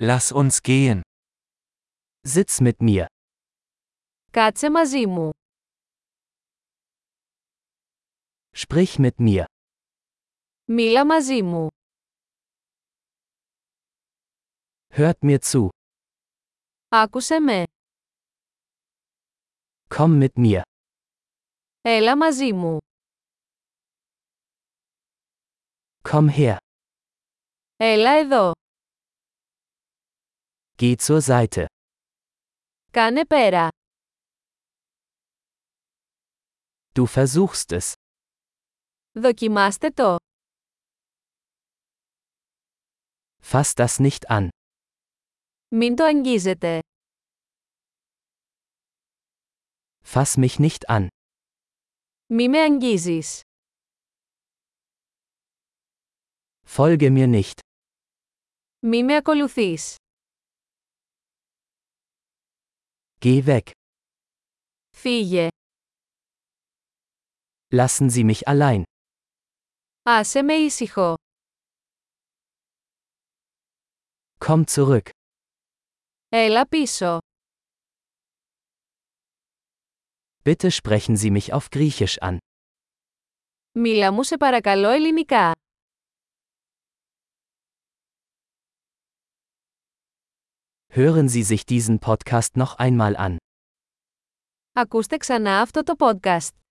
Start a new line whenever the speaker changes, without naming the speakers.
Lass uns gehen. Sitz mit mir.
Κάτσε μαζί μου.
Sprich mit mir.
Μίλα μαζί μου.
Hört mir zu.
Άκουσε με.
Komm mit mir.
Έλα μαζί μου.
Komm her.
Έλα εδώ.
Geh zur Seite.
Κάνε πέρα.
Du versuchst es.
Δοκιμάστε το.
Fass das nicht an.
Μην το αγγίζετε.
Fass mich nicht an.
Μη με αγγίζεις.
Folge mir nicht.
Μη με ακολουθείς.
Geh weg.
Φύγε.
Lassen Sie mich allein.
Άσε με ήσυχο.
Komm zurück.
Έλα πίσω.
Bitte sprechen Sie mich auf Griechisch an.
Μίλα μου σε παρακαλώ ελληνικά.
Hören Sie sich diesen Podcast noch einmal an.
Ακούστε ξανά αυτό το podcast.